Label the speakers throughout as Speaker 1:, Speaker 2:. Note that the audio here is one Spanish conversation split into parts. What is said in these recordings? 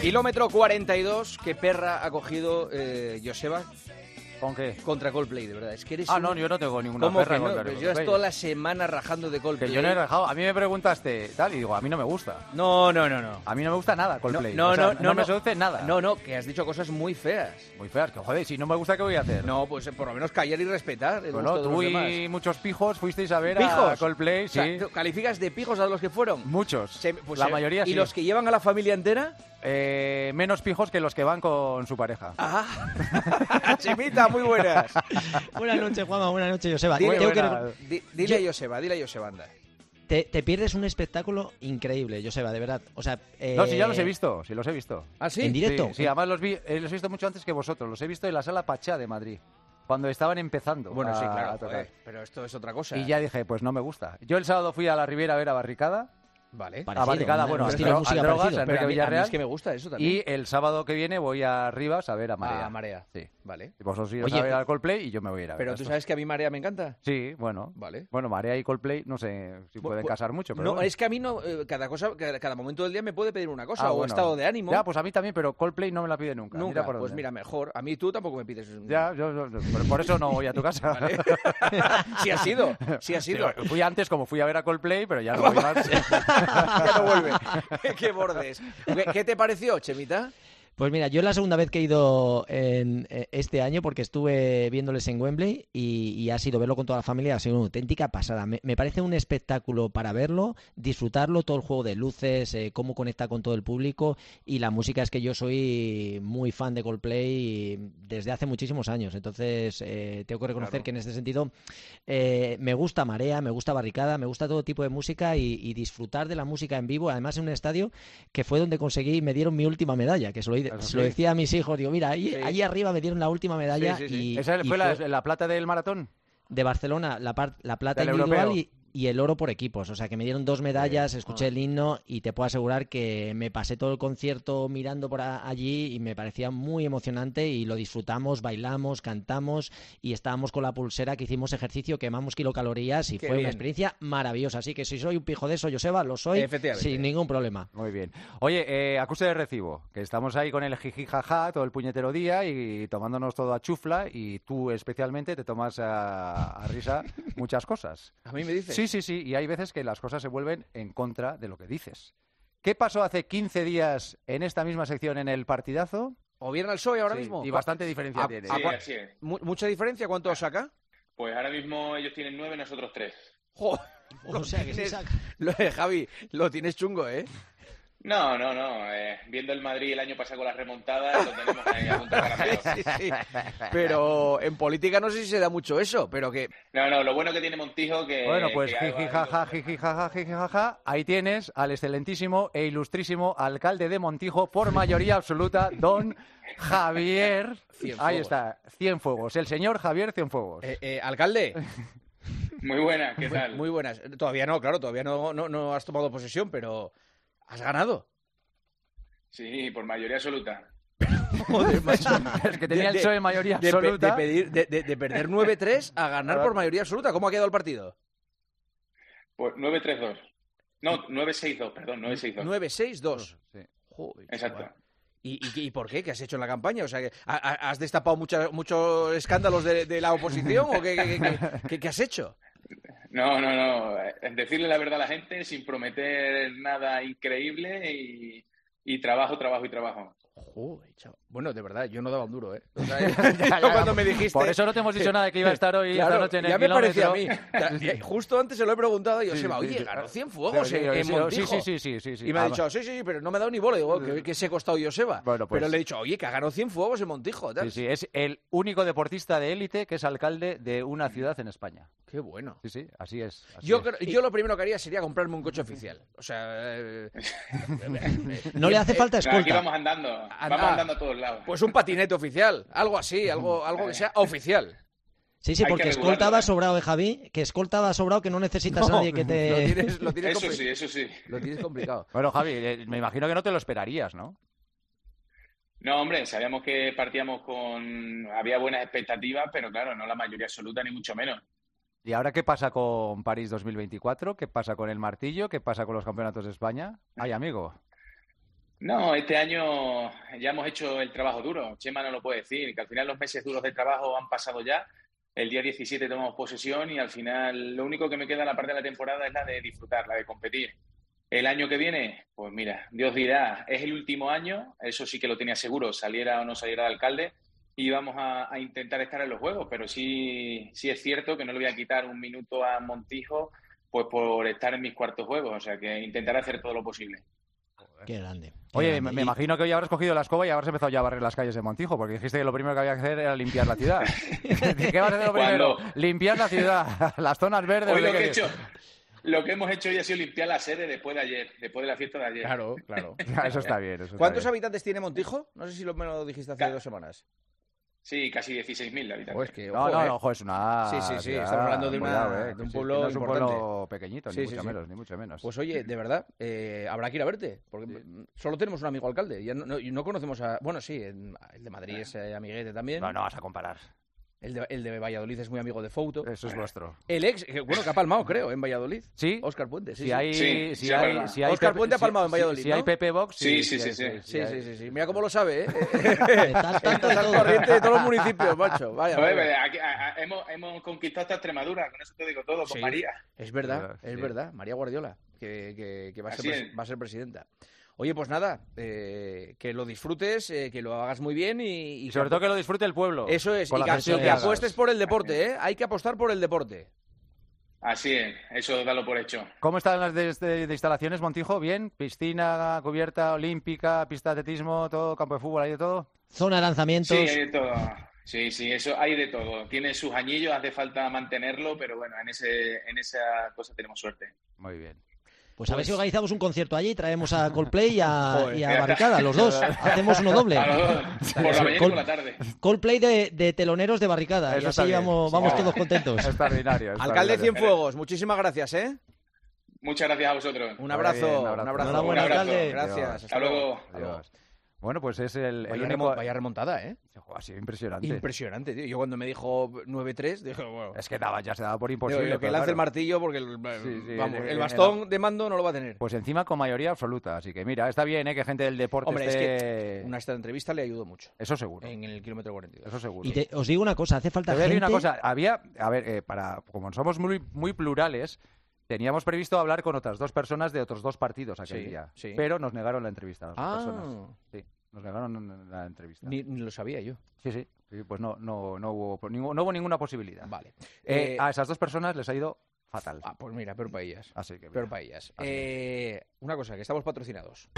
Speaker 1: Kilómetro 42, que perra ha cogido eh, Joseba
Speaker 2: ¿Con qué?
Speaker 1: contra Coldplay, de verdad. Es que eres
Speaker 2: Ah,
Speaker 1: un-
Speaker 2: no, yo no tengo ninguna
Speaker 1: ¿Cómo
Speaker 2: perra
Speaker 1: que no?
Speaker 2: contra
Speaker 1: Pues
Speaker 2: Coldplay.
Speaker 1: llevas toda la semana rajando de Coldplay.
Speaker 2: Que yo no he dejado. A mí me preguntaste tal y digo, a mí no me gusta.
Speaker 1: No, no, no, no.
Speaker 2: A mí no me gusta nada Coldplay.
Speaker 1: No,
Speaker 2: O sea,
Speaker 1: no, no,
Speaker 2: me
Speaker 1: no.
Speaker 2: seduce nada.
Speaker 1: No, no, que has dicho cosas muy feas.
Speaker 2: Muy feas, que joder, si no me gusta, ¿qué voy a hacer?
Speaker 1: No, pues eh, por lo menos callar y respetar. el
Speaker 2: Bueno,
Speaker 1: gusto de
Speaker 2: tú
Speaker 1: los demás.
Speaker 2: y muchos pijos fuisteis a ver a
Speaker 1: ¿Pijos?
Speaker 2: Coldplay,
Speaker 1: O sea,
Speaker 2: sí.
Speaker 1: ¿tú ¿Calificas de pijos a los que fueron?
Speaker 2: Muchos.
Speaker 1: Se- pues
Speaker 2: la
Speaker 1: se-
Speaker 2: mayoría
Speaker 1: ¿Y
Speaker 2: sí.
Speaker 1: los que llevan a la familia entera?
Speaker 2: Eh, menos pijos que los que van con su pareja.
Speaker 1: Ah, Chimita, muy buenas.
Speaker 3: Buenas noches, Juanma. Buenas noches, Joseba.
Speaker 2: Dile-
Speaker 3: Tengo que
Speaker 2: buenas.
Speaker 3: recor-
Speaker 1: Di- dile a Joseba, dile a Joseba, anda.
Speaker 3: te, te pierdes un espectáculo increíble, Joseba, de verdad. O sea,
Speaker 2: No, sí, ya los he
Speaker 3: eh,
Speaker 2: visto, sí los he visto.
Speaker 1: ¿Ah, sí?
Speaker 3: ¿En directo?
Speaker 2: Sí, sí, además los, vi, eh, los he visto mucho antes que vosotros. Los he visto en la sala Pachá de Madrid, cuando estaban empezando.
Speaker 1: Bueno,
Speaker 2: a-
Speaker 1: sí, claro.
Speaker 2: a tocar.
Speaker 1: joder, pero esto es otra cosa.
Speaker 2: Y ya dije, pues no me gusta. Yo el sábado fui a la Riviera a ver a Barricada.
Speaker 1: Vale.
Speaker 3: Parecido,
Speaker 2: a Barricada,
Speaker 3: un
Speaker 2: bueno,
Speaker 3: estilo
Speaker 2: a,
Speaker 3: de música
Speaker 2: a Drogas,
Speaker 3: parecido.
Speaker 2: a
Speaker 1: Pero a mí-
Speaker 2: Enrique
Speaker 1: a mí
Speaker 2: Villarreal.
Speaker 1: es que me gusta eso también.
Speaker 2: Y el sábado que viene voy a Rivas a ver a Marea.
Speaker 1: Ah, Marea.
Speaker 2: Sí.
Speaker 1: Vale.
Speaker 2: Y Vosotros iros
Speaker 3: Oye,
Speaker 2: a ver al Coldplay y yo me voy a ir a ver.
Speaker 1: Pero
Speaker 2: a
Speaker 1: tú
Speaker 2: estos.
Speaker 1: sabes que a mí Marea me encanta.
Speaker 2: Sí, bueno.
Speaker 1: Vale.
Speaker 2: Bueno, Marea y Coldplay, no sé si
Speaker 1: Bu-
Speaker 2: pueden
Speaker 1: bu-
Speaker 2: casar mucho, pero
Speaker 1: no,
Speaker 2: bueno.
Speaker 1: es que a mí no, eh, cada, cosa, cada, cada momento del día me puede pedir una cosa,
Speaker 2: Ah,
Speaker 1: o
Speaker 2: bueno.
Speaker 1: estado de ánimo.
Speaker 2: Ya, pues a mí también, pero Coldplay no me la pide nunca.
Speaker 1: nunca.
Speaker 2: Mira por
Speaker 1: pues
Speaker 2: dónde.
Speaker 1: mira, mejor. A mí tú tampoco me pides. un-
Speaker 2: Ya, yo, yo- yo- por- por eso no voy a tu casa.
Speaker 1: Vale. sí ha sido, sí ha sido.
Speaker 2: Digo, Fui antes como fui a ver a Coldplay, pero ya no voy más.
Speaker 1: ya no vuelve. Qué bordes. ¿Qué, qué te pareció, Chemita?
Speaker 3: Pues mira, yo es la segunda vez que he ido en, eh, este año porque estuve viéndoles en Wembley y, y ha sido verlo con toda la familia, ha sido una auténtica pasada. Me, me parece un espectáculo para verlo, disfrutarlo, todo el juego de luces, eh, cómo conecta con todo el público y la música es que yo soy muy fan de Coldplay desde hace muchísimos años. Entonces, eh, tengo que reconocer
Speaker 1: Claro.
Speaker 3: que en este sentido eh, me gusta Marea, me gusta Barricada, me gusta todo tipo de música y, y disfrutar de la música en vivo, además en un estadio que fue donde conseguí, me dieron mi última medalla, que se lo,
Speaker 2: Eso
Speaker 3: Eh, se lo
Speaker 2: sí.
Speaker 3: decía a mis hijos, digo, mira, ahí,
Speaker 1: Sí.
Speaker 3: ahí arriba me dieron la última medalla
Speaker 1: Sí, sí, sí.
Speaker 3: y,
Speaker 2: ¿Esa
Speaker 3: y
Speaker 2: fue la,
Speaker 3: fue
Speaker 2: la plata del maratón?
Speaker 3: de Barcelona, la, par- la plata
Speaker 2: Del
Speaker 3: individual
Speaker 2: europeo.
Speaker 3: y, y el oro por equipos, o sea que me dieron dos medallas, escuché el himno y te puedo asegurar que me pasé todo el concierto mirando por a- allí y me parecía muy emocionante y lo disfrutamos, bailamos, cantamos y estábamos con la pulsera que hicimos ejercicio, quemamos kilocalorías y
Speaker 1: Qué
Speaker 3: fue
Speaker 1: bien.
Speaker 3: una experiencia maravillosa, así que si soy un pijo de eso, Joseba, lo soy
Speaker 1: Efectivamente.
Speaker 3: sin ningún problema.
Speaker 2: Muy bien. Oye, eh, acuse de recibo, que estamos ahí con el jiji jaja todo el puñetero día y tomándonos todo a chufla y tú especialmente te tomas a, a risa muchas cosas.
Speaker 1: A mí me dices.
Speaker 2: Sí, sí, sí, y hay veces que las cosas se vuelven en contra de lo que dices. ¿Qué pasó hace 15 días en esta misma sección en el partidazo?
Speaker 1: ¿O bien al PSOE ahora
Speaker 2: Sí,
Speaker 1: mismo?
Speaker 2: Y bastante diferencia
Speaker 1: a-
Speaker 2: tiene.
Speaker 1: a
Speaker 4: Sí,
Speaker 1: cua-
Speaker 4: así es.
Speaker 1: Mu- ¿Mucha diferencia? ¿Cuánto os saca?
Speaker 4: Pues ahora mismo ellos tienen nueve, nosotros tres.
Speaker 1: Jo,
Speaker 3: O sea, que sí
Speaker 1: tienes-
Speaker 3: saca.
Speaker 1: lo- eh, Javi, lo tienes chungo, ¿eh?
Speaker 4: No, no, no. eh, viendo el Madrid el año pasado con las remontadas, lo tenemos ahí a punto de caramelo.
Speaker 1: Sí, sí. Pero en política no sé si se da mucho eso, pero que...
Speaker 4: No, no, lo bueno que tiene Montijo que...
Speaker 2: Bueno,
Speaker 1: Eh,
Speaker 2: pues
Speaker 4: que ha-
Speaker 2: jiji,
Speaker 4: ha-
Speaker 2: jaja, jiji, jaja, jiji, jaja. Ahí tienes al excelentísimo e ilustrísimo alcalde de Montijo por mayoría absoluta, don Javier.
Speaker 1: Cienfuegos.
Speaker 2: Ahí está, Cienfuegos, el señor Javier Cienfuegos.
Speaker 1: Eh, eh, alcalde,
Speaker 4: Muy buena, ¿qué tal?
Speaker 1: muy buenas. Todavía no, claro, todavía no, no, no has tomado posesión, pero has ganado.
Speaker 4: Sí, por mayoría absoluta.
Speaker 1: Joder, macho.
Speaker 2: es que tenía
Speaker 1: de-
Speaker 2: el PSOE mayoría
Speaker 1: De, pe- de
Speaker 2: absoluta.
Speaker 1: pedir- de- de- de perder 9-3 a ganar por mayoría absoluta. ¿Cómo ha quedado el partido?
Speaker 4: Pues 9-3-2. No, 9-6-2, perdón, 9-6-2.
Speaker 1: 9-6-2.
Speaker 2: Sí.
Speaker 1: Joder,
Speaker 4: Exacto.
Speaker 1: chaval. ¿Y, y, y por qué? ¿Qué has hecho en la campaña? O sea, que- ¿ha- ha- ¿has destapado mucha- muchos escándalos de, de la oposición o qué, qué- qué- qué- qué- qué has hecho?
Speaker 4: No, no, no. eh, Decirle la verdad a la gente sin prometer nada increíble y, y trabajo, trabajo y trabajo.
Speaker 1: Joder, chaval. Bueno, de verdad, yo no daba un duro, ¿eh? O sea, yo cuando me dijiste...
Speaker 2: Por eso no te hemos dicho nada de que iba a estar hoy
Speaker 1: Claro,
Speaker 2: esta noche en el
Speaker 1: ya me parecía a mí.
Speaker 2: kilómetro.
Speaker 1: O sea, eh, Justo antes se lo he preguntado a Joseba,
Speaker 2: sí,
Speaker 1: oye,
Speaker 2: sí.
Speaker 1: ganó 100 fuegos
Speaker 2: Sí,
Speaker 1: en,
Speaker 2: sí,
Speaker 1: en
Speaker 2: sí,
Speaker 1: Montijo.
Speaker 2: sí, sí, sí, sí, sí.
Speaker 1: Y me ha
Speaker 2: Ah,
Speaker 1: dicho, sí, sí, sí, pero no me ha dado ni bola. Digo, ¿qué, qué se ha costado Joseba?
Speaker 2: Bueno, pues-
Speaker 1: Pero le he dicho, oye, que ha ganado 100 fuegos en Montijo. tal.
Speaker 2: Sí, sí, es el único deportista de élite que es alcalde de una ciudad en España.
Speaker 1: Qué bueno.
Speaker 2: Sí, sí, así es. así
Speaker 1: Yo,
Speaker 2: es.
Speaker 1: creo- yo lo primero que haría sería comprarme un coche oficial. O sea, eh,
Speaker 3: No le hace falta
Speaker 4: Nada, aquí
Speaker 3: escolta.
Speaker 4: vamos andando, vamos
Speaker 1: anda.
Speaker 4: andando a todos lados.
Speaker 1: pues un patinete oficial, algo así, algo, algo que sea oficial.
Speaker 3: Sí, sí,
Speaker 4: Hay que
Speaker 3: porque
Speaker 4: regularlo,
Speaker 3: escolta va
Speaker 4: ¿eh?
Speaker 3: sobrado, eh, Javi. Que escolta va sobrado, que no necesitas a nadie que te.
Speaker 1: Lo
Speaker 2: Eh.
Speaker 1: tienes, lo tienes
Speaker 4: Eso
Speaker 1: compli-
Speaker 4: sí, eso sí.
Speaker 1: lo tienes complicado.
Speaker 2: Bueno, Javi, eh, me imagino que no te lo esperarías, ¿no?
Speaker 4: No, hombre, sabíamos que partíamos con... Había buenas expectativas, pero claro, no la mayoría absoluta, ni mucho menos.
Speaker 2: ¿Y ahora qué pasa con París 2024? ¿Qué pasa con el martillo? ¿Qué pasa con los campeonatos de España? Ay, amigo.
Speaker 4: No, este año ya hemos hecho el trabajo duro. Chema no lo puede decir, que al final los meses duros de trabajo han pasado ya. El día 17 tomamos posesión y al final lo único que me queda en la parte de la temporada es la de disfrutar, la de competir. El año que viene, pues mira, Dios dirá, es el último año, eso sí que lo tenía seguro, saliera o no saliera de alcalde, y vamos a, a intentar estar en los juegos, pero sí, sí es cierto que no le voy a quitar un minuto a Montijo pues por estar en mis cuartos juegos, o sea que intentaré hacer todo lo posible.
Speaker 3: Qué grande. qué
Speaker 2: Oye,
Speaker 3: grande.
Speaker 2: me, me
Speaker 3: Y-
Speaker 2: imagino que hoy habrás cogido la escoba y habrás empezado ya a barrer las calles de Montijo, porque dijiste que lo primero que había que hacer era limpiar la ciudad. ¿Qué vas a hacer lo primero?
Speaker 4: Cuando-
Speaker 2: Limpiar la ciudad, las zonas verdes.
Speaker 4: Hoy
Speaker 2: no
Speaker 4: lo
Speaker 2: sé
Speaker 4: que, he
Speaker 2: qué.
Speaker 4: hecho, lo que hemos hecho hoy ha sido limpiar la sede después de ayer, después de la fiesta de ayer.
Speaker 1: Claro, claro.
Speaker 2: Ya, Eso está bien. eso está
Speaker 1: ¿Cuántos
Speaker 2: bien.
Speaker 1: habitantes tiene Montijo? No sé si lo, me lo dijiste hace
Speaker 4: Ca-
Speaker 1: dos semanas.
Speaker 4: Sí, casi 16.000 habitantes.
Speaker 1: Pues que,
Speaker 2: No,
Speaker 1: ojo,
Speaker 2: no,
Speaker 1: ¿eh?
Speaker 2: no, ojo, Oh, es una.
Speaker 1: Sí, sí, sí,
Speaker 2: ciudad,
Speaker 1: estamos hablando de una-
Speaker 2: cuidado, eh,
Speaker 1: de un
Speaker 2: sí, sí,
Speaker 1: pueblo
Speaker 2: no es un pueblo
Speaker 1: importante.
Speaker 2: pequeñito, ni
Speaker 1: Sí, sí,
Speaker 2: mucho
Speaker 1: sí.
Speaker 2: menos, ni mucho menos.
Speaker 1: Pues oye, de verdad, eh, habrá que ir a verte, porque mm, solo tenemos un amigo alcalde, ya no, no- y no conocemos a... Bueno, sí, en- el de Madrid es eh, amiguete también,
Speaker 2: no, no vas a comparar.
Speaker 1: El, de, el de Valladolid es muy amigo de Fouto,
Speaker 2: Eso es vuestro.
Speaker 1: el ex, eh, bueno, que ha palmado creo, en Valladolid,
Speaker 2: Sí.
Speaker 1: Óscar Puente, sí,
Speaker 2: si
Speaker 1: sí.
Speaker 2: hay,
Speaker 4: Sí,
Speaker 2: si
Speaker 4: sí,
Speaker 2: hay,
Speaker 4: es verdad.
Speaker 2: si hay
Speaker 1: Óscar
Speaker 2: Pepe-
Speaker 1: Puente ha
Speaker 2: si-
Speaker 1: palmado en
Speaker 2: si-
Speaker 1: Valladolid,
Speaker 2: Si
Speaker 1: ¿no?
Speaker 2: hay Pepe Box,
Speaker 4: Sí, sí, sí, sí.
Speaker 1: Sí,
Speaker 2: hay-
Speaker 1: sí, sí, sí. Mira cómo lo sabe, ¿eh?
Speaker 3: Estás tanto de
Speaker 1: Estás al
Speaker 3: todo.
Speaker 1: corriente de todos los municipios, macho. Vaya,
Speaker 4: Joder,
Speaker 1: vaya.
Speaker 4: Pues, aquí- a- a- hemos, hemos conquistado hasta Extremadura, con eso te digo todo, con
Speaker 1: Sí.
Speaker 4: María.
Speaker 1: Es verdad,
Speaker 2: Verdad,
Speaker 1: es
Speaker 2: sí.
Speaker 1: verdad. María Guardiola, que, que- que va, a ser
Speaker 4: Así
Speaker 1: pres-
Speaker 4: es.
Speaker 1: va a ser presidenta. Oye, pues nada, eh, que lo disfrutes, eh, que lo hagas muy bien y, y
Speaker 2: Y sobre todo que lo disfrute el pueblo.
Speaker 1: Eso es,
Speaker 2: con
Speaker 1: y
Speaker 2: la
Speaker 1: que,
Speaker 2: gestión
Speaker 1: que
Speaker 2: que hagas.
Speaker 1: apuestes por el deporte, ¿eh? Hay que apostar por el deporte.
Speaker 4: Así es, eso dalo por hecho.
Speaker 2: ¿Cómo están las de, de- de instalaciones, Montijo? ¿Bien? ¿Piscina, cubierta, olímpica, pista de atletismo, todo, campo de fútbol, ahí de todo?
Speaker 3: Zona de lanzamientos.
Speaker 4: Sí, hay de todo. Sí, sí, eso hay de todo. Tiene sus añillos, hace falta mantenerlo, pero bueno, en, ese, en esa cosa tenemos suerte.
Speaker 2: Muy bien.
Speaker 3: Pues a ver
Speaker 1: Pues-
Speaker 3: si organizamos un concierto allí, traemos a Coldplay y a,
Speaker 1: Joder.
Speaker 3: y a Barricada, los dos. Hacemos uno doble.
Speaker 4: A los dos, por la mañana y
Speaker 3: Col-
Speaker 4: por la tarde.
Speaker 3: Coldplay de, de teloneros de Barricada.
Speaker 2: Eso
Speaker 3: y
Speaker 2: está
Speaker 3: así
Speaker 2: bien.
Speaker 3: vamos, vamos
Speaker 4: Sí.
Speaker 3: todos contentos.
Speaker 2: Extraordinario.
Speaker 1: Pues Alcalde
Speaker 2: extraordinario.
Speaker 1: Cienfuegos, muchísimas gracias, ¿eh?
Speaker 4: Muchas gracias a vosotros.
Speaker 1: Un
Speaker 2: Muy
Speaker 1: abrazo,
Speaker 2: bien,
Speaker 1: un abrazo.
Speaker 3: Enhorabuena,
Speaker 4: Un abrazo.
Speaker 3: alcalde.
Speaker 1: Gracias.
Speaker 2: Adiós.
Speaker 1: hasta
Speaker 4: Hasta luego.
Speaker 1: Hasta luego.
Speaker 2: Adiós. Bueno, pues es el, el
Speaker 1: Vaya,
Speaker 2: único...
Speaker 1: remo- vaya remontada, ¿eh?
Speaker 2: Ojo, Ha sido impresionante.
Speaker 1: Impresionante, tío. Yo cuando me dijo 9-3, dije, bueno,
Speaker 2: Es que daba, ya se daba por
Speaker 1: digo,
Speaker 2: imposible.
Speaker 1: lo que
Speaker 2: Pues pero
Speaker 1: lance el
Speaker 2: claro.
Speaker 1: martillo porque el,
Speaker 2: Sí, sí,
Speaker 1: vamos,
Speaker 2: el-
Speaker 1: el,
Speaker 2: el-
Speaker 1: bastón de mando no lo va a tener.
Speaker 2: Pues encima con mayoría absoluta. Así que mira, está bien ¿eh? que gente del deporte
Speaker 1: Hombre, es
Speaker 2: esté...
Speaker 1: que una Eh, esta entrevista le ayudó mucho
Speaker 2: Eso seguro.
Speaker 1: en el kilómetro 42.
Speaker 2: Eso seguro.
Speaker 3: Y te- os digo una cosa, hace
Speaker 2: Te
Speaker 3: falta
Speaker 2: voy a
Speaker 3: gente...
Speaker 2: decir una cosa. Había, a ver, eh, para, como somos muy, muy plurales, teníamos previsto hablar con otras dos personas de otros dos partidos
Speaker 1: Sí,
Speaker 2: aquel día.
Speaker 1: sí.
Speaker 2: Pero nos negaron la entrevista. las dos
Speaker 1: Ah.
Speaker 2: personas. Sí, nos negaron la entrevista.
Speaker 1: Ni, ni lo sabía yo.
Speaker 2: Sí, sí, sí, Pues no, no, no, hubo, po- ningú- no hubo ninguna posibilidad.
Speaker 1: Vale. Eh,
Speaker 2: Eh, a esas dos personas les ha ido fatal.
Speaker 1: ah, pues mira, peor para ellas.
Speaker 2: Así que. mira.
Speaker 1: Peor para ellas. Eh, una cosa, que estamos patrocinados.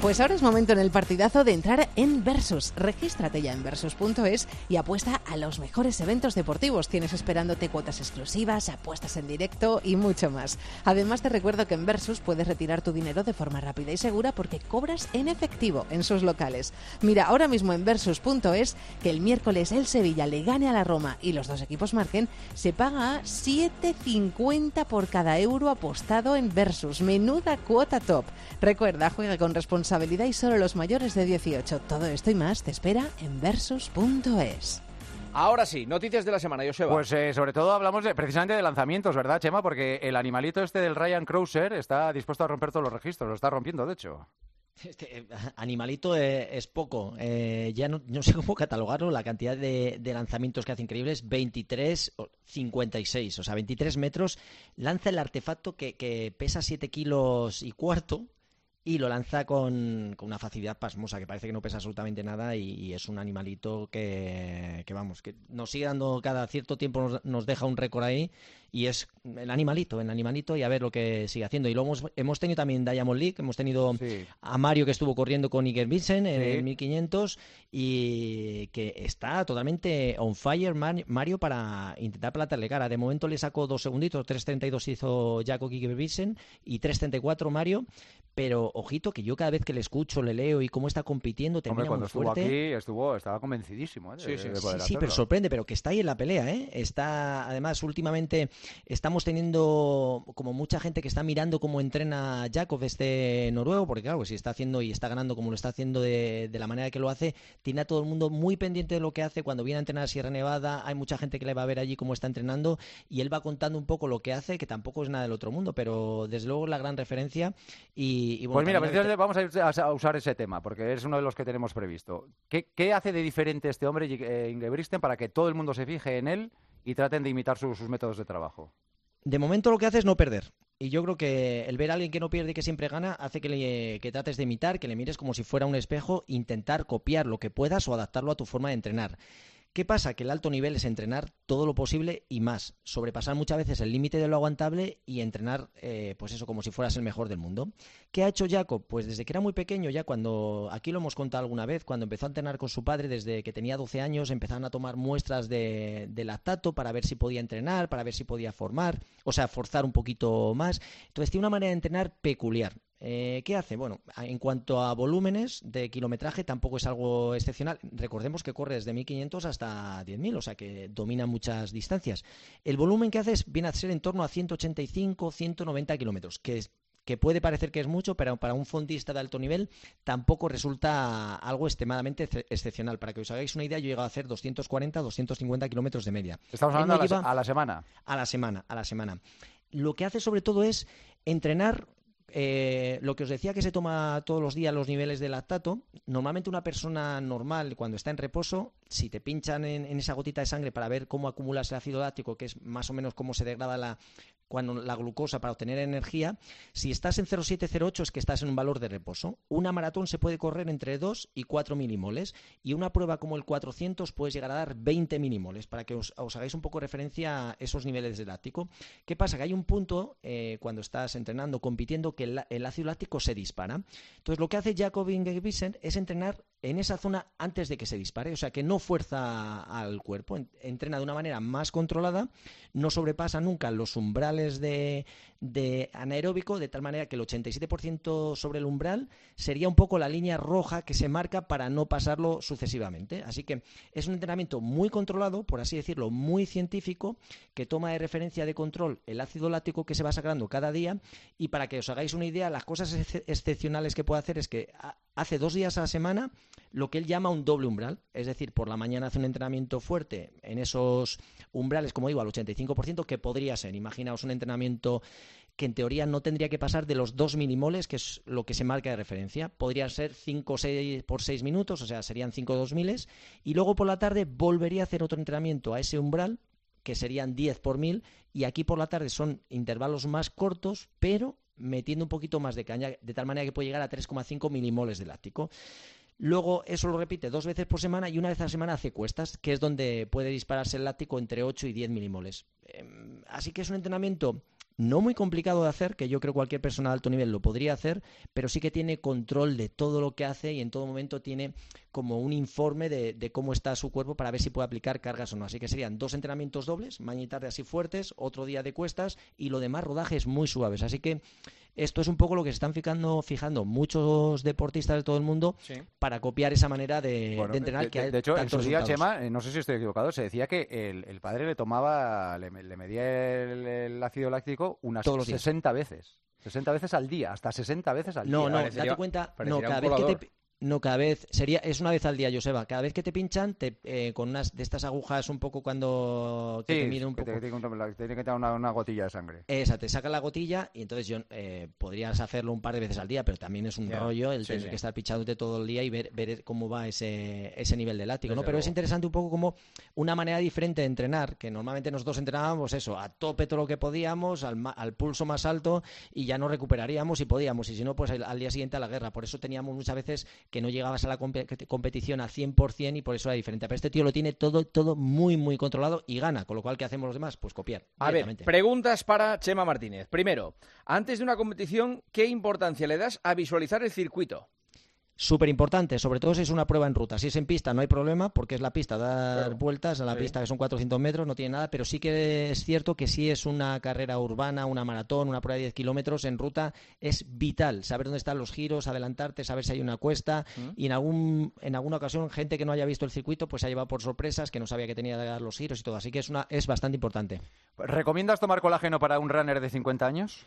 Speaker 5: Pues ahora es momento en el partidazo de entrar en Versus. Regístrate ya en Versus.es y apuesta a los mejores eventos deportivos. Tienes esperándote cuotas exclusivas, apuestas en directo y mucho más. Además, te recuerdo que en Versus puedes retirar tu dinero de forma rápida y segura porque cobras en efectivo en sus locales. Mira ahora mismo en Versus.es que el miércoles el Sevilla le gane a la Roma y los dos equipos marquen, se paga a 7,50 por cada euro apostado en Versus. Menuda cuota top. Recuerda, juega con responsabilidad y solo los mayores de 18. Todo esto y más te espera en versus.es.
Speaker 1: Ahora sí, noticias de la semana, Joseba.
Speaker 2: Pues eh, sobre todo hablamos de- precisamente de lanzamientos, ¿verdad, Chema? Porque el animalito este del Ryan Crouser está dispuesto a romper todos los registros. Lo está rompiendo, de hecho.
Speaker 3: Este, eh, animalito eh, es poco. Eh, ya no, no sé cómo catalogarlo. La cantidad de, de lanzamientos que hace increíbles, 23, o 56, o sea, 23 metros. Lanza el artefacto que, que pesa 7 kilos y cuarto y lo lanza con, con una facilidad pasmosa, que parece que no pesa absolutamente nada y, y es un animalito que, que, vamos, que nos sigue dando cada cierto tiempo, nos, nos deja un récord ahí y es el animalito, el animalito y a ver lo que sigue haciendo. Y lo hemos, hemos tenido también Diamond League, hemos tenido
Speaker 2: Sí.
Speaker 3: a Mario que estuvo corriendo con Iker Vincent en
Speaker 2: Sí.
Speaker 3: el 1500 y que está totalmente on fire Mar- Mario para intentar plantarle cara. De momento le sacó dos segunditos, 3.32 hizo Jaco Iker Vincent y 3.34 Mario, pero ojito que yo cada vez que le escucho, le leo y cómo está compitiendo, termina
Speaker 2: Hombre, cuando
Speaker 3: muy
Speaker 2: estuvo
Speaker 3: fuerte.
Speaker 2: aquí, estuvo, estaba convencidísimo. ¿eh? de-
Speaker 1: Sí, sí.
Speaker 2: de
Speaker 3: Sí,
Speaker 2: poder
Speaker 3: sí, pero
Speaker 2: hacerlo.
Speaker 3: sorprende, pero que está ahí en la pelea, ¿eh? Está, además, últimamente Estamos teniendo como mucha gente que está mirando cómo entrena Jakov este noruego, porque claro, si está haciendo y está ganando como lo está haciendo de, de la manera que lo hace, tiene a todo el mundo muy pendiente de lo que hace cuando viene a entrenar a Sierra Nevada, hay mucha gente que le va a ver allí cómo está entrenando y él va contando un poco lo que hace, que tampoco es nada del otro mundo, pero desde luego la gran referencia y, y bueno,
Speaker 2: Pues mira,
Speaker 3: también-
Speaker 2: precisamente vamos a ir a a usar ese tema, porque es uno de los que tenemos previsto. ¿Qué, qué hace de diferente este hombre, eh, Ingebrigtsen, para que todo el mundo se fije en él y traten de imitar sus- sus métodos de trabajo?
Speaker 3: De momento lo que hace es no perder. Y yo creo que el ver a alguien que no pierde y que siempre gana hace que, le, que trates de imitar, que le mires como si fuera un espejo, intentar copiar lo que puedas o adaptarlo a tu forma de entrenar. ¿Qué pasa? Que el alto nivel es entrenar todo lo posible y más, sobrepasar muchas veces el límite de lo aguantable y entrenar, eh, pues eso, como si fueras el mejor del mundo. ¿Qué ha hecho Jacob? Pues desde que era muy pequeño, ya cuando, aquí lo hemos contado alguna vez, cuando empezó a entrenar con su padre, desde que tenía 12 años, empezaron a tomar muestras de, de lactato para ver si podía entrenar, para ver si podía formar, o sea, forzar un poquito más. Entonces tiene una manera de entrenar peculiar. Eh, ¿Qué hace? Bueno, a- en cuanto a volúmenes de kilometraje, tampoco es algo excepcional. Recordemos que corre desde 1500 hasta 10.000, o sea que domina muchas distancias. El volumen que hace es- viene a ser en torno a 185, 190 kilómetros, que es que puede parecer que es mucho, pero para un fondista de alto nivel tampoco resulta algo extremadamente ex- excepcional. Para que os hagáis una idea, yo he llegado a hacer 240, 250 kilómetros de media
Speaker 2: Estamos
Speaker 3: Él
Speaker 2: hablando a
Speaker 3: me
Speaker 2: la, se-
Speaker 3: lleva-
Speaker 2: a la semana.
Speaker 3: a la semana, a la semana. Lo que hace sobre todo es entrenar eh, lo que os decía que se toma todos los días los niveles de lactato. Normalmente una persona normal cuando está en reposo, si te pinchan en, en esa gotita de sangre para ver cómo acumulas el ácido láctico, que es más o menos cómo se degrada la cuando la glucosa para obtener energía, si estás en 0,708 es que estás en un valor de reposo. Una maratón se puede correr entre 2 y 4 milimoles y una prueba como el 400 puedes llegar a dar 20 milimoles, para que os, os hagáis un poco referencia a esos niveles de láctico. ¿Qué pasa? Que hay un punto eh, cuando estás entrenando, compitiendo, que el, la- el ácido láctico se dispara. Entonces lo que hace Jacob Ingebrigtsen es entrenar en esa zona antes de que se dispare, o sea que no fuerza al cuerpo, en- entrena de una manera más controlada, no sobrepasa nunca los umbrales de, de anaeróbico, de tal manera que el 87% sobre el umbral sería un poco la línea roja que se marca para no pasarlo sucesivamente. Así que es un entrenamiento muy controlado, por así decirlo, muy científico, que toma de referencia de control el ácido láctico que se va sacando cada día. Y para que os hagáis una idea, las cosas ex- excepcionales que puede hacer es que ha- hace dos días a la semana lo que él llama un doble umbral. Es decir, por la mañana hace un entrenamiento fuerte en esos umbrales, como digo, al 85%, que podría ser. Imaginaos un entrenamiento que en teoría no tendría que pasar de los 2 milimoles, que es lo que se marca de referencia. Podrían ser 5 6 por 6 minutos, o sea, serían 5 dos miles. Y luego por la tarde volvería a hacer otro entrenamiento a ese umbral, que serían 10 por mil. Y aquí por la tarde son intervalos más cortos, pero metiendo un poquito más de caña, de tal manera que puede llegar a 3,5 milimoles de láctico. Luego eso lo repite dos veces por semana y una vez a la semana hace cuestas, que es donde puede dispararse el láctico entre 8 y 10 milimoles. Em, Así que es un entrenamiento no muy complicado de hacer, que yo creo cualquier persona de alto nivel lo podría hacer, pero sí que tiene control de todo lo que hace y en todo momento tiene como un informe de, de cómo está su cuerpo para ver si puede aplicar cargas o no. Así que serían dos entrenamientos dobles, mañana y tarde así fuertes, otro día de cuestas y lo demás rodajes muy suaves. Así que esto es un poco lo que se están fijando, fijando muchos deportistas de todo el mundo para copiar esa manera de,
Speaker 2: Bueno,
Speaker 3: de entrenar que
Speaker 2: de,
Speaker 3: hay
Speaker 2: de hecho, en su
Speaker 3: tantos
Speaker 2: día,
Speaker 3: resultados.
Speaker 2: Chema, eh, no sé si estoy equivocado, se decía que el, el padre le tomaba, le, le medía el, el ácido láctico unas
Speaker 3: Todos los días.
Speaker 2: 60 veces. 60 veces al día, hasta 60 veces al
Speaker 3: No,
Speaker 2: día.
Speaker 3: no,
Speaker 1: Parecería-
Speaker 3: date cuenta, no,
Speaker 1: parecería
Speaker 3: cada
Speaker 1: un
Speaker 3: vez que te
Speaker 1: colador.
Speaker 3: pi- no, cada vez sería es una vez al día, Joseba. Cada vez que te pinchan te, eh, con unas de estas agujas un poco cuando que
Speaker 2: Sí,
Speaker 3: te miden un
Speaker 2: que te-
Speaker 3: poco.
Speaker 2: que te- que tiene que tener una, una gotilla de sangre.
Speaker 3: Esa, te saca la gotilla y entonces yo eh, podrías hacerlo un par de veces al día, pero también es un
Speaker 1: Ya,
Speaker 3: rollo el
Speaker 1: sí,
Speaker 3: tener
Speaker 1: sí.
Speaker 3: que estar pinchándote todo el día y ver, ver cómo va ese, ese nivel de látigo, ¿no?
Speaker 2: Desde
Speaker 3: Pero es
Speaker 2: luego.
Speaker 3: interesante un poco como una manera diferente de entrenar, que normalmente nosotros entrenábamos eso, a tope todo lo que podíamos, al, ma- al pulso más alto y ya no recuperaríamos si podíamos, y si no, pues al, al día siguiente a la guerra. Por eso teníamos muchas veces que no llegabas a la compe- que te- competición al 100% y por eso era diferente. Pero este tío lo tiene todo, todo muy, muy controlado y gana, con lo cual, ¿qué hacemos los demás? Pues copiar.
Speaker 1: A ver,
Speaker 3: directamente.
Speaker 1: preguntas para Chema Martínez. Primero, antes de una competición, ¿qué importancia le das a visualizar el circuito?
Speaker 3: súper importante, sobre todo si es una prueba en ruta. Si es en pista no hay problema porque es la pista, dar
Speaker 1: Claro,
Speaker 3: vueltas a la
Speaker 1: sí.
Speaker 3: pista que son 400 metros, no tiene nada, pero sí que es cierto que si es una carrera urbana, una maratón, una prueba de 10 kilómetros en ruta, es vital saber dónde están los giros, adelantarte, saber si hay una cuesta
Speaker 1: Mm.
Speaker 3: y en, algún, en alguna ocasión gente que no haya visto el circuito pues se ha llevado por sorpresas, que no sabía que tenía que dar los giros y todo, así que es, una, es bastante importante.
Speaker 2: ¿Recomiendas tomar colágeno para un runner de 50 años?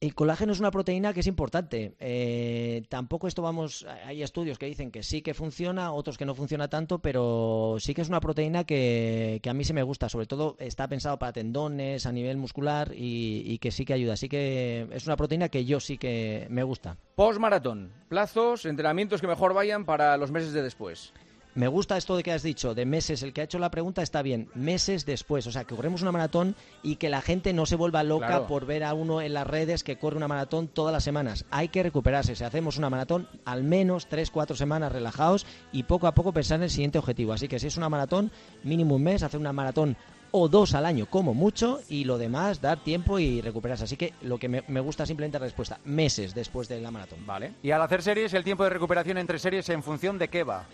Speaker 3: El colágeno es una proteína que es importante. Eh, tampoco esto vamos, hay estudios que dicen que sí que funciona, otros que no funciona tanto, pero sí que es una proteína que, que a mí se me gusta. Sobre todo está pensado para tendones, a nivel muscular y, y que sí que ayuda. Así que es una proteína que yo sí que me gusta.
Speaker 1: Post-maratón, plazos, entrenamientos que mejor vayan para los meses de después.
Speaker 3: Me gusta esto de que has dicho, de meses. El que ha hecho la pregunta está bien, meses después. O sea, que corremos una maratón y que la gente no se vuelva loca
Speaker 1: Claro.
Speaker 3: por ver a uno en las redes que corre una maratón todas las semanas. Hay que recuperarse. Si hacemos una maratón, al menos 3-4 semanas relajados y poco a poco pensar en el siguiente objetivo. Así que si es una maratón, mínimo un mes, hacer una maratón o dos al año como mucho y lo demás dar tiempo y recuperarse. Así que lo que me, me gusta simplemente la respuesta, meses después de la maratón.
Speaker 1: Vale.
Speaker 2: Y al hacer series, el tiempo de recuperación entre series en función de qué va.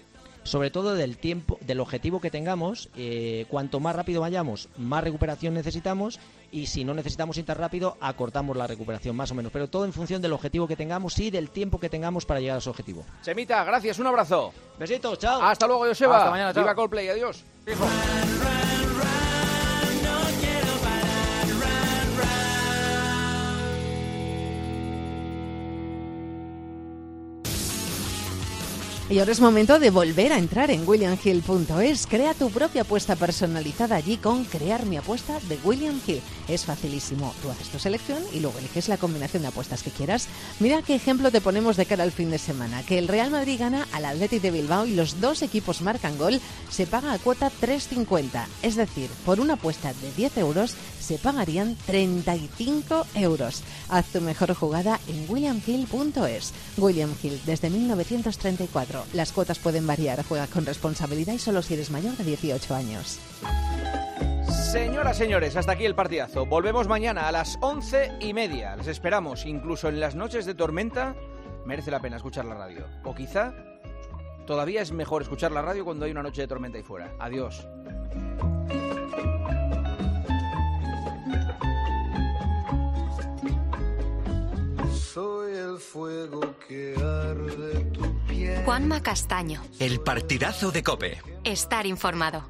Speaker 3: sobre todo del tiempo, del objetivo que tengamos. eh, cuanto más rápido vayamos, más recuperación necesitamos y si no necesitamos ir tan rápido, acortamos la recuperación más o menos. Pero todo en función del objetivo que tengamos y del tiempo que tengamos para llegar a ese objetivo.
Speaker 1: Semita, gracias, un abrazo.
Speaker 3: Besitos, chao.
Speaker 1: Hasta luego, Joseba.
Speaker 2: Hasta mañana, chao.
Speaker 1: Viva Coldplay, adiós.
Speaker 5: Y ahora es momento de volver a entrar en williamhill.es. Crea tu propia apuesta personalizada allí con Crear mi apuesta de William Hill. Es facilísimo. Tú haces tu selección y luego eliges la combinación de apuestas que quieras. Mira qué ejemplo te ponemos de cara al fin de semana. Que el Real Madrid gana al Athletic de Bilbao y los dos equipos marcan gol, se paga a cuota 3.50. Es decir, por una apuesta de 10 euros se pagarían 35 euros. Haz tu mejor jugada en williamhill.es. William Hill, desde 1934. Las cuotas pueden variar. Juega con responsabilidad y solo si eres mayor de 18 años.
Speaker 1: Señoras, señores, hasta aquí el partidazo. Volvemos mañana a las once y media. Les esperamos, incluso en las noches de tormenta, merece la pena escuchar la radio. O quizá todavía es mejor escuchar la radio cuando hay una noche de tormenta ahí fuera. Adiós.
Speaker 6: Soy el fuego que arde tu piel.
Speaker 7: Juanma Castaño.
Speaker 8: El partidazo de Cope.
Speaker 7: Estar informado.